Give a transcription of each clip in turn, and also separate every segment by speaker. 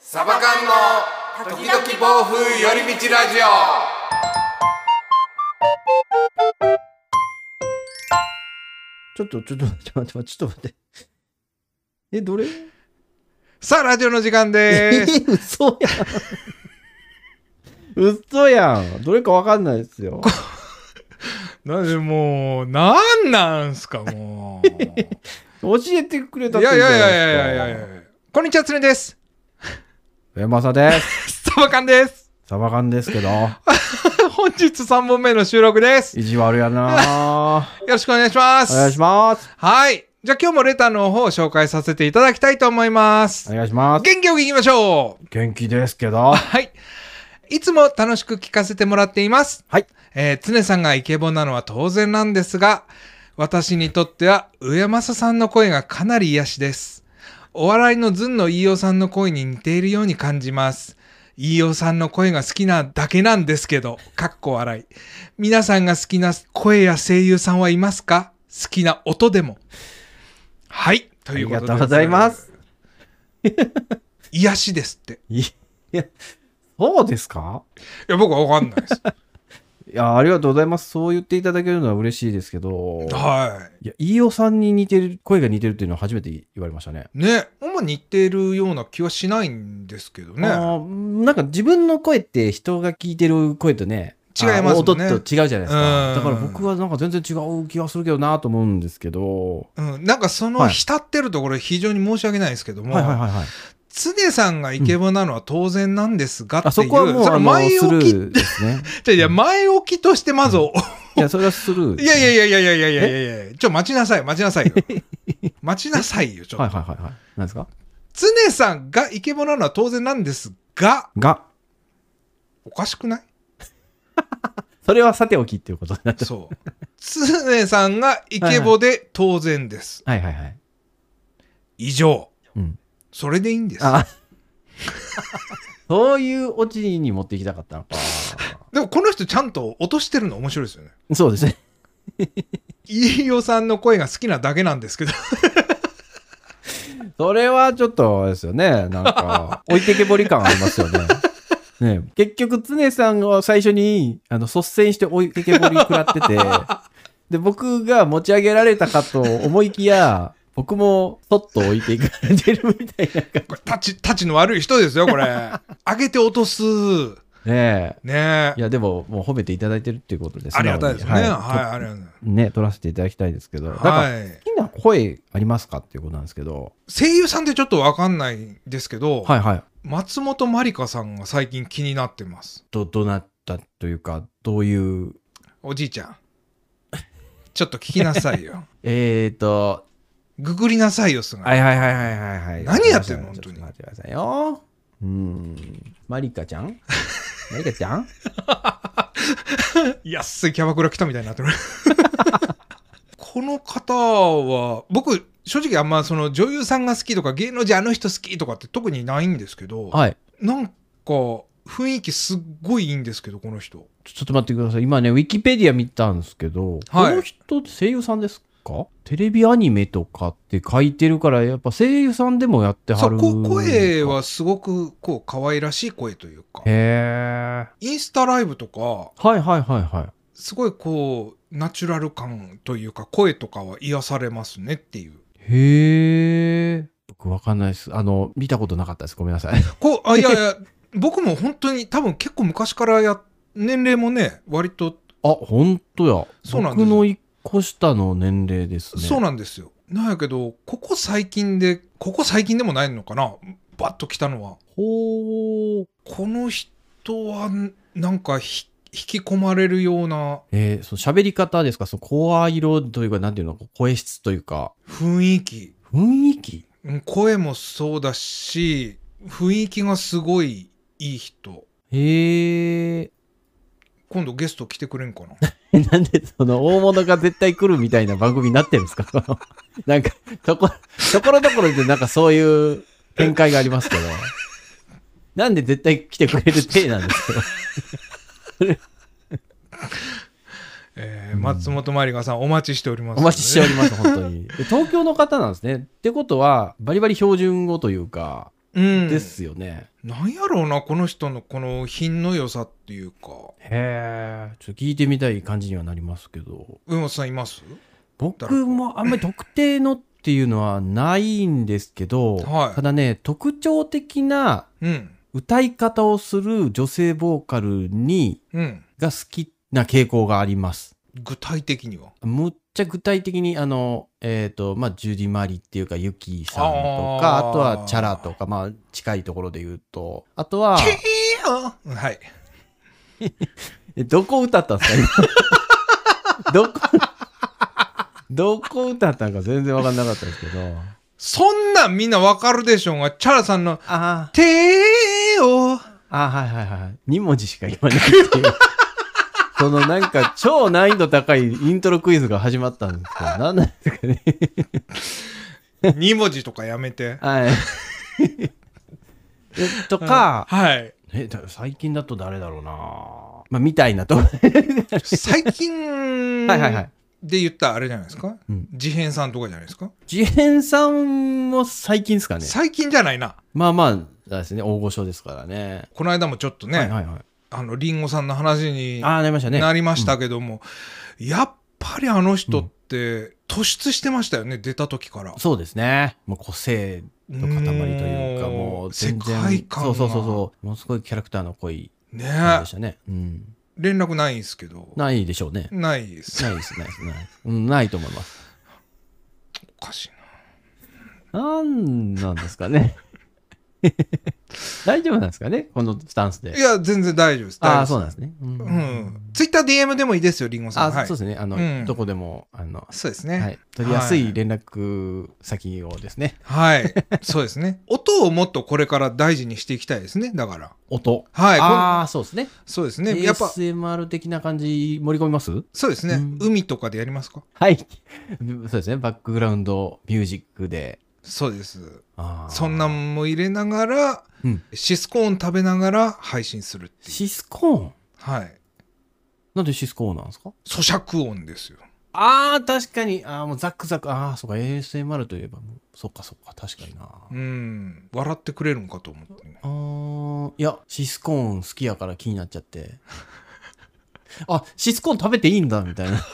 Speaker 1: サバ缶の時々暴風寄り道ラジオ
Speaker 2: ちょっと、ちょっと、ちょっと待って、ちょっと待って。え、どれ
Speaker 3: さあ、ラジオの時間で
Speaker 2: え
Speaker 3: ーす。
Speaker 2: ー、 嘘やん。 嘘やん。どれかわかんないですよ。
Speaker 3: なぜもう、なんなんすか、もう。い
Speaker 2: 教えてくれた
Speaker 3: や
Speaker 2: っ
Speaker 3: い
Speaker 2: て
Speaker 3: やいや
Speaker 2: い
Speaker 3: いやいやいやいや。こんにちは、つねです。
Speaker 2: 上政です。
Speaker 3: サバカンです。
Speaker 2: サバ缶ですけど、
Speaker 3: 本日3本目の収録です。よ
Speaker 2: 意地悪やなぁ
Speaker 3: ろしくお願いします。
Speaker 2: お願いします。
Speaker 3: はい。じゃあ今日もレターの方を紹介させていただきたいと思いま
Speaker 2: お
Speaker 3: す。
Speaker 2: 願いします。
Speaker 3: 元気よくいきましょう。
Speaker 2: 元気ですけど。
Speaker 3: はい。いつも楽しく聞かせてもらっています。
Speaker 2: はい。
Speaker 3: えー、常さんがイケボなのは当然なんですが、私にとっては上政さんの声がかなり癒しです。お笑いのずんの飯尾さんの声に似ているように感じます。飯尾さんの声が好きなだけなんですけど、かっこ笑い。皆さんが好きな声や声優さんはいますか好きな音でも。はい。ということで。
Speaker 2: ありがとうございます。
Speaker 3: 癒しですって。
Speaker 2: いや、そうですか
Speaker 3: いや、僕はわかんない です。
Speaker 2: いや、ありがとうございます。そう言っていただけるのは嬉しいですけど。
Speaker 3: はい。
Speaker 2: いや、飯尾さんに似てる、声が似てるっていうのは初めて言われましたね。
Speaker 3: ね、あんま似てるような気はしないんですけどね。
Speaker 2: あーなんか自分の声って人が聞いてる声とね、
Speaker 3: 違いますもんね
Speaker 2: あ音と違うじゃないです
Speaker 3: う
Speaker 2: か。
Speaker 3: ん
Speaker 2: だから僕はなんか全然違う気がするけどなと思うんですけど。
Speaker 3: うん、なんかその
Speaker 2: はい
Speaker 3: 浸ってるところ非常に申し訳ないですけども、
Speaker 2: はいはいはいはい。
Speaker 3: 常さんがイケボなのは当然なんですがっ
Speaker 2: あ
Speaker 3: ていう、
Speaker 2: そこはもう
Speaker 3: そ
Speaker 2: あの
Speaker 3: の前
Speaker 2: スル
Speaker 3: 置き、
Speaker 2: ーです ね。
Speaker 3: いやいや、前置きとしてまず、
Speaker 2: いや、それはスルー。
Speaker 3: いやいやいやいやいやいやいやいやいや、ちょ、待ちなさい、待ちなさい よ。待ちなさいよ、ちょっと。
Speaker 2: はいはいはいはい。何ですか
Speaker 3: 常さんがイケボなのは当然なんですが、
Speaker 2: が、
Speaker 3: おかしくない
Speaker 2: それはさておきっていうことになっちゃ
Speaker 3: そう。常さんがイケボで当然です。
Speaker 2: う。はいはいはい。
Speaker 3: 以上。
Speaker 2: うん。
Speaker 3: それでいいんです。
Speaker 2: あそういうオチに持っていきたかったのか。
Speaker 3: でもこの人ちゃんと落としてるの面白いですよね。
Speaker 2: そうですね。
Speaker 3: 飯尾さんの声が好きなだけなんで すけど。
Speaker 2: それはちょっとあれですよね。なん か、置いてけぼり感ありますよね。ね結局、常さんが最初にあの率先して置いてけぼり食ら ってて、で、僕が持ち上げられたかと思いきや、僕もそっと置いていかれてるみたいな感
Speaker 3: これ、たち、たちの悪い人です よ、これ。上げて落とす。
Speaker 2: じ。ね
Speaker 3: ね
Speaker 2: い
Speaker 3: え。
Speaker 2: や、でも、もう褒めていただいてるっていうことです
Speaker 3: ありがたいですね。はい、ありがたい。
Speaker 2: ね、取らせていただきたいですけど、なんか、
Speaker 3: はい。
Speaker 2: 好きな声ありますかっていうことなんですけど、
Speaker 3: 声優さんってちょっとわかんないんですけど、
Speaker 2: はいはい。
Speaker 3: 松本まりかさんが最近気になってます。
Speaker 2: ど、どなったというか、どういう
Speaker 3: おじいちゃん。ちょっと聞きなさいよ。
Speaker 2: えーと、
Speaker 3: ググりなさいよ、すが。
Speaker 2: はいはいはいはいはいはい。
Speaker 3: 何やってんの
Speaker 2: ちょっと
Speaker 3: 本当に
Speaker 2: 待ってくださいよ。うーん。マリカちゃ んマリカちゃん
Speaker 3: 安いキャバクラ来たみたいにな ってるこの方は僕正直あんまその女優さんが好きとか芸能人あの人好きとかって特にないんですけど
Speaker 2: はい。
Speaker 3: なんか雰囲気すっごいいいんですけどこの人
Speaker 2: ちょちょっと待ってください。今ね、ウィキペディア見たんですけど、
Speaker 3: はい
Speaker 2: この人って声優さんですかテレビアニメとかって書いてるから、やっぱ声優さんでもやっては
Speaker 3: そう
Speaker 2: る。
Speaker 3: こ声。はすごくこう可愛らしい声というか
Speaker 2: へえ。
Speaker 3: インスタライブとか
Speaker 2: はいはいはいはい。
Speaker 3: すごいこうナチュラル感というか声とかは癒されますねっていう
Speaker 2: へえ。僕わかんないです。あの、見たことなかったです。ごめんなさい。
Speaker 3: こうあいやいや僕も本当に多分結構昔からや年齢もね割と
Speaker 2: あ、ほんとや。
Speaker 3: そうなんです
Speaker 2: 僕の一個下の年齢ですね。
Speaker 3: そうなんですよ。なんやけど、ここ最近で、ここ最近でもないのかな、バッと来たのは。
Speaker 2: ほー。
Speaker 3: この人は、なんかひ引き込まれるような
Speaker 2: えー、その喋り方ですか、その声色というか、なんていうの、声質というか、
Speaker 3: 雰囲気。
Speaker 2: 雰囲気
Speaker 3: うん声もそうだし、雰囲気がすごいいい人。
Speaker 2: へえ。
Speaker 3: 今度ゲスト来てくれんか な
Speaker 2: なんでその大物が絶対来るみたいな番組になってるんですか なんか、とこ、ところどころでなんかそういう展開がありますけど。なんで絶対来てくれる体なんですけど。
Speaker 3: えー松本まりかさんお待ちしております、
Speaker 2: お待ち しております、本当に。で東京の方なんですね。ってことは、バリバリ標準語というか、
Speaker 3: うん、
Speaker 2: ですよね。
Speaker 3: なんやろうなこの人のこの品の良さっていうか
Speaker 2: へえ。ちょっと聞いてみたい感じにはなりますけど。
Speaker 3: 上本さんいます
Speaker 2: 僕もあんまり特定のっていうのはないんですけど、
Speaker 3: はい
Speaker 2: ただね、特徴的な
Speaker 3: うん
Speaker 2: 歌い方をする女性ボーカルに、
Speaker 3: うん
Speaker 2: が好きな傾向があります。
Speaker 3: 具体的には
Speaker 2: むっちゃ具体的に、あの、えっ、と、まあ、ジュディ・マリっていうか、ユキさんとか、
Speaker 3: あー
Speaker 2: あとはチャラとか、まあ、近いところで言うと、あとは、
Speaker 3: うんはい
Speaker 2: え どこ歌ったんですか今 どこ、どこ歌ったんか全然わかんなかったですけど。
Speaker 3: そんなんみんなわかるでしょうがチャラさんの
Speaker 2: あ
Speaker 3: 「手 を
Speaker 2: あ、あはいはいはい。2文字しか言わないっていう。 そのなんか超難易度高いイントロクイズが始まったんですけど、なんなんですかね。」
Speaker 3: 2文字とかやめて
Speaker 2: はい。えとか、
Speaker 3: はい
Speaker 2: えだ最近だと誰だろうなまあみたいなと
Speaker 3: 最 近
Speaker 2: はいはいはい
Speaker 3: で言ったらあれじゃないですか
Speaker 2: うん
Speaker 3: 事変さんとかじゃないですか
Speaker 2: ジェンさんも最近ですかね
Speaker 3: 最近じゃないな
Speaker 2: まあまあそうですね大御所ですからね
Speaker 3: この間もちょっと
Speaker 2: はい
Speaker 3: ね
Speaker 2: はいはい
Speaker 3: あのリンゴさんの話に
Speaker 2: ああなりましたね
Speaker 3: なりましたけどもやっぱりあの人って突出してましたよね出た時から
Speaker 2: そうですねもう個性の塊というか
Speaker 3: もう
Speaker 2: もう全然
Speaker 3: 世界観
Speaker 2: そ
Speaker 3: が
Speaker 2: うそうそうそうものすごいキャラクターの濃い
Speaker 3: ね
Speaker 2: 感じでしたねうん
Speaker 3: 連絡ないんすけど
Speaker 2: ないでしょうね
Speaker 3: ないです
Speaker 2: ないですないですないですうんないと思います
Speaker 3: おかしい
Speaker 2: なんなんですかね 大丈夫なんですかねこのスタンスで
Speaker 3: ないや全然大丈夫です
Speaker 2: あ
Speaker 3: 大
Speaker 2: あ、
Speaker 3: 丈
Speaker 2: そう
Speaker 3: 夫
Speaker 2: なん
Speaker 3: です
Speaker 2: ですね。う。
Speaker 3: うんんツイッター DM でもいいですよリンゴさ
Speaker 2: あ、
Speaker 3: んはい
Speaker 2: そ
Speaker 3: そうう
Speaker 2: ですね。あの、
Speaker 3: うん
Speaker 2: どこでも、あの、
Speaker 3: です
Speaker 2: は
Speaker 3: ね
Speaker 2: い、取りやすい連絡先をですね、
Speaker 3: はいそうですね音をもっとこれから大事にしていきたいですねだから
Speaker 2: 音。
Speaker 3: はい
Speaker 2: ああ、そうですね。
Speaker 3: こんそうですね
Speaker 2: ね、
Speaker 3: やっぱ
Speaker 2: ASMR 的な感じ盛り込みます
Speaker 3: そうですね、
Speaker 2: うん
Speaker 3: 海とかでやりますか
Speaker 2: はい。そうですね。バックグラウンドミュージックで。
Speaker 3: そうです
Speaker 2: あー
Speaker 3: そんなんも入れながら
Speaker 2: うん。
Speaker 3: シスコーン食べながら配信するっていう
Speaker 2: シスコーン
Speaker 3: はい
Speaker 2: なんでシスコーンなんですか
Speaker 3: 咀嚼音ですよ
Speaker 2: ああ、確かに。ああ、もうザクザク。ああ、そうか。ASMR といえば、もうそっかそっか。確かにな。
Speaker 3: うん笑ってくれるんかと思ってね
Speaker 2: あーいや、シスコーン好きやから気になっちゃって。あ、シスコーン食べていいんだ、みたいな。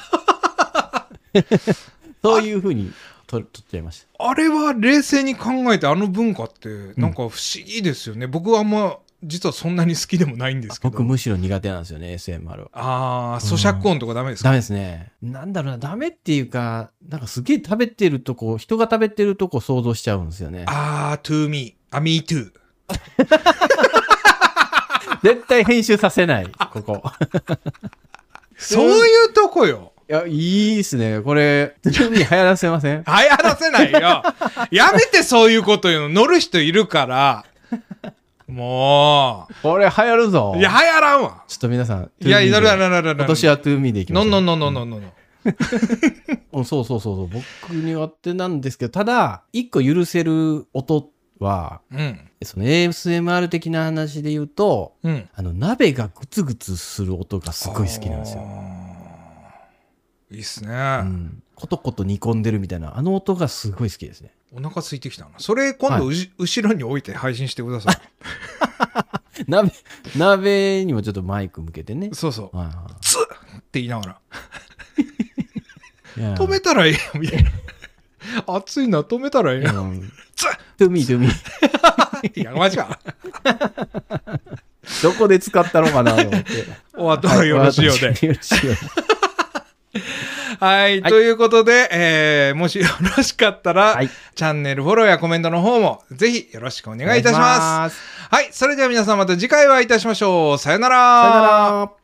Speaker 2: そういうふうにと取っちゃいまし
Speaker 3: あれは冷静に考えてあの文化ってなんか不思議ですよね、僕はあんま実はそんなに好きでもないんで
Speaker 2: た
Speaker 3: す。けど
Speaker 2: 僕むしろ苦手なんですよね、SMR は。
Speaker 3: ああ咀嚼音とかダメです
Speaker 2: ダ
Speaker 3: か、
Speaker 2: メですね。なんだろうな、ダメっていうか、なんかすげえ食べてるとこ、人が食べてるとこ想像しちゃうんですよね。
Speaker 3: ああ to me あ me too
Speaker 2: 絶対編集させない、ここ。
Speaker 3: そういうとこよ
Speaker 2: いや、いいっすね。これ、急に流行らせません
Speaker 3: 流行らせないよ やめてそういうこと言うの乗る人いるからも
Speaker 2: これ流行るぞ。
Speaker 3: ういや流行らんわ
Speaker 2: ちょっと皆さん、
Speaker 3: いやいやいやいやいやいや
Speaker 2: 今年は To Me でいきま
Speaker 3: の
Speaker 2: す
Speaker 3: んのんのんのんのんのんのん
Speaker 2: うんそうそうそうそう僕苦手なんですけどただ一個許せる音は
Speaker 3: うん
Speaker 2: その ASMR 的な話で言うと
Speaker 3: うん
Speaker 2: あの鍋がグツグツする音がすごい好きなんですよ。
Speaker 3: あーいいっすね、
Speaker 2: うん、コトコト煮込んでるみたいなあの音がすごい好きですね。
Speaker 3: お腹空いてきたなそれ今度うじ、後ろに置いて配信してください
Speaker 2: 鍋鍋にもちょっとマイク向けてね。
Speaker 3: そうそう
Speaker 2: はい
Speaker 3: 「つっ!」って言いながら
Speaker 2: はいいや
Speaker 3: 「止めたらええやん」みたいな「 熱いな止めたらええやん」
Speaker 2: うん
Speaker 3: 「つっ!
Speaker 2: トゥーミートゥーミー」
Speaker 3: いやマジか
Speaker 2: どこで使ったのかなと思って。
Speaker 3: お後はよろしいようで、
Speaker 2: よろしいようで
Speaker 3: はい、
Speaker 2: はい
Speaker 3: ということで、えーもしよろしかったら、
Speaker 2: はい
Speaker 3: チャンネルフォローやコメントの方もぜひよろしくお願いいたします。
Speaker 2: す。
Speaker 3: はい、それでは皆さんまた次回お会いいたしましょう。さよな
Speaker 2: さよなら。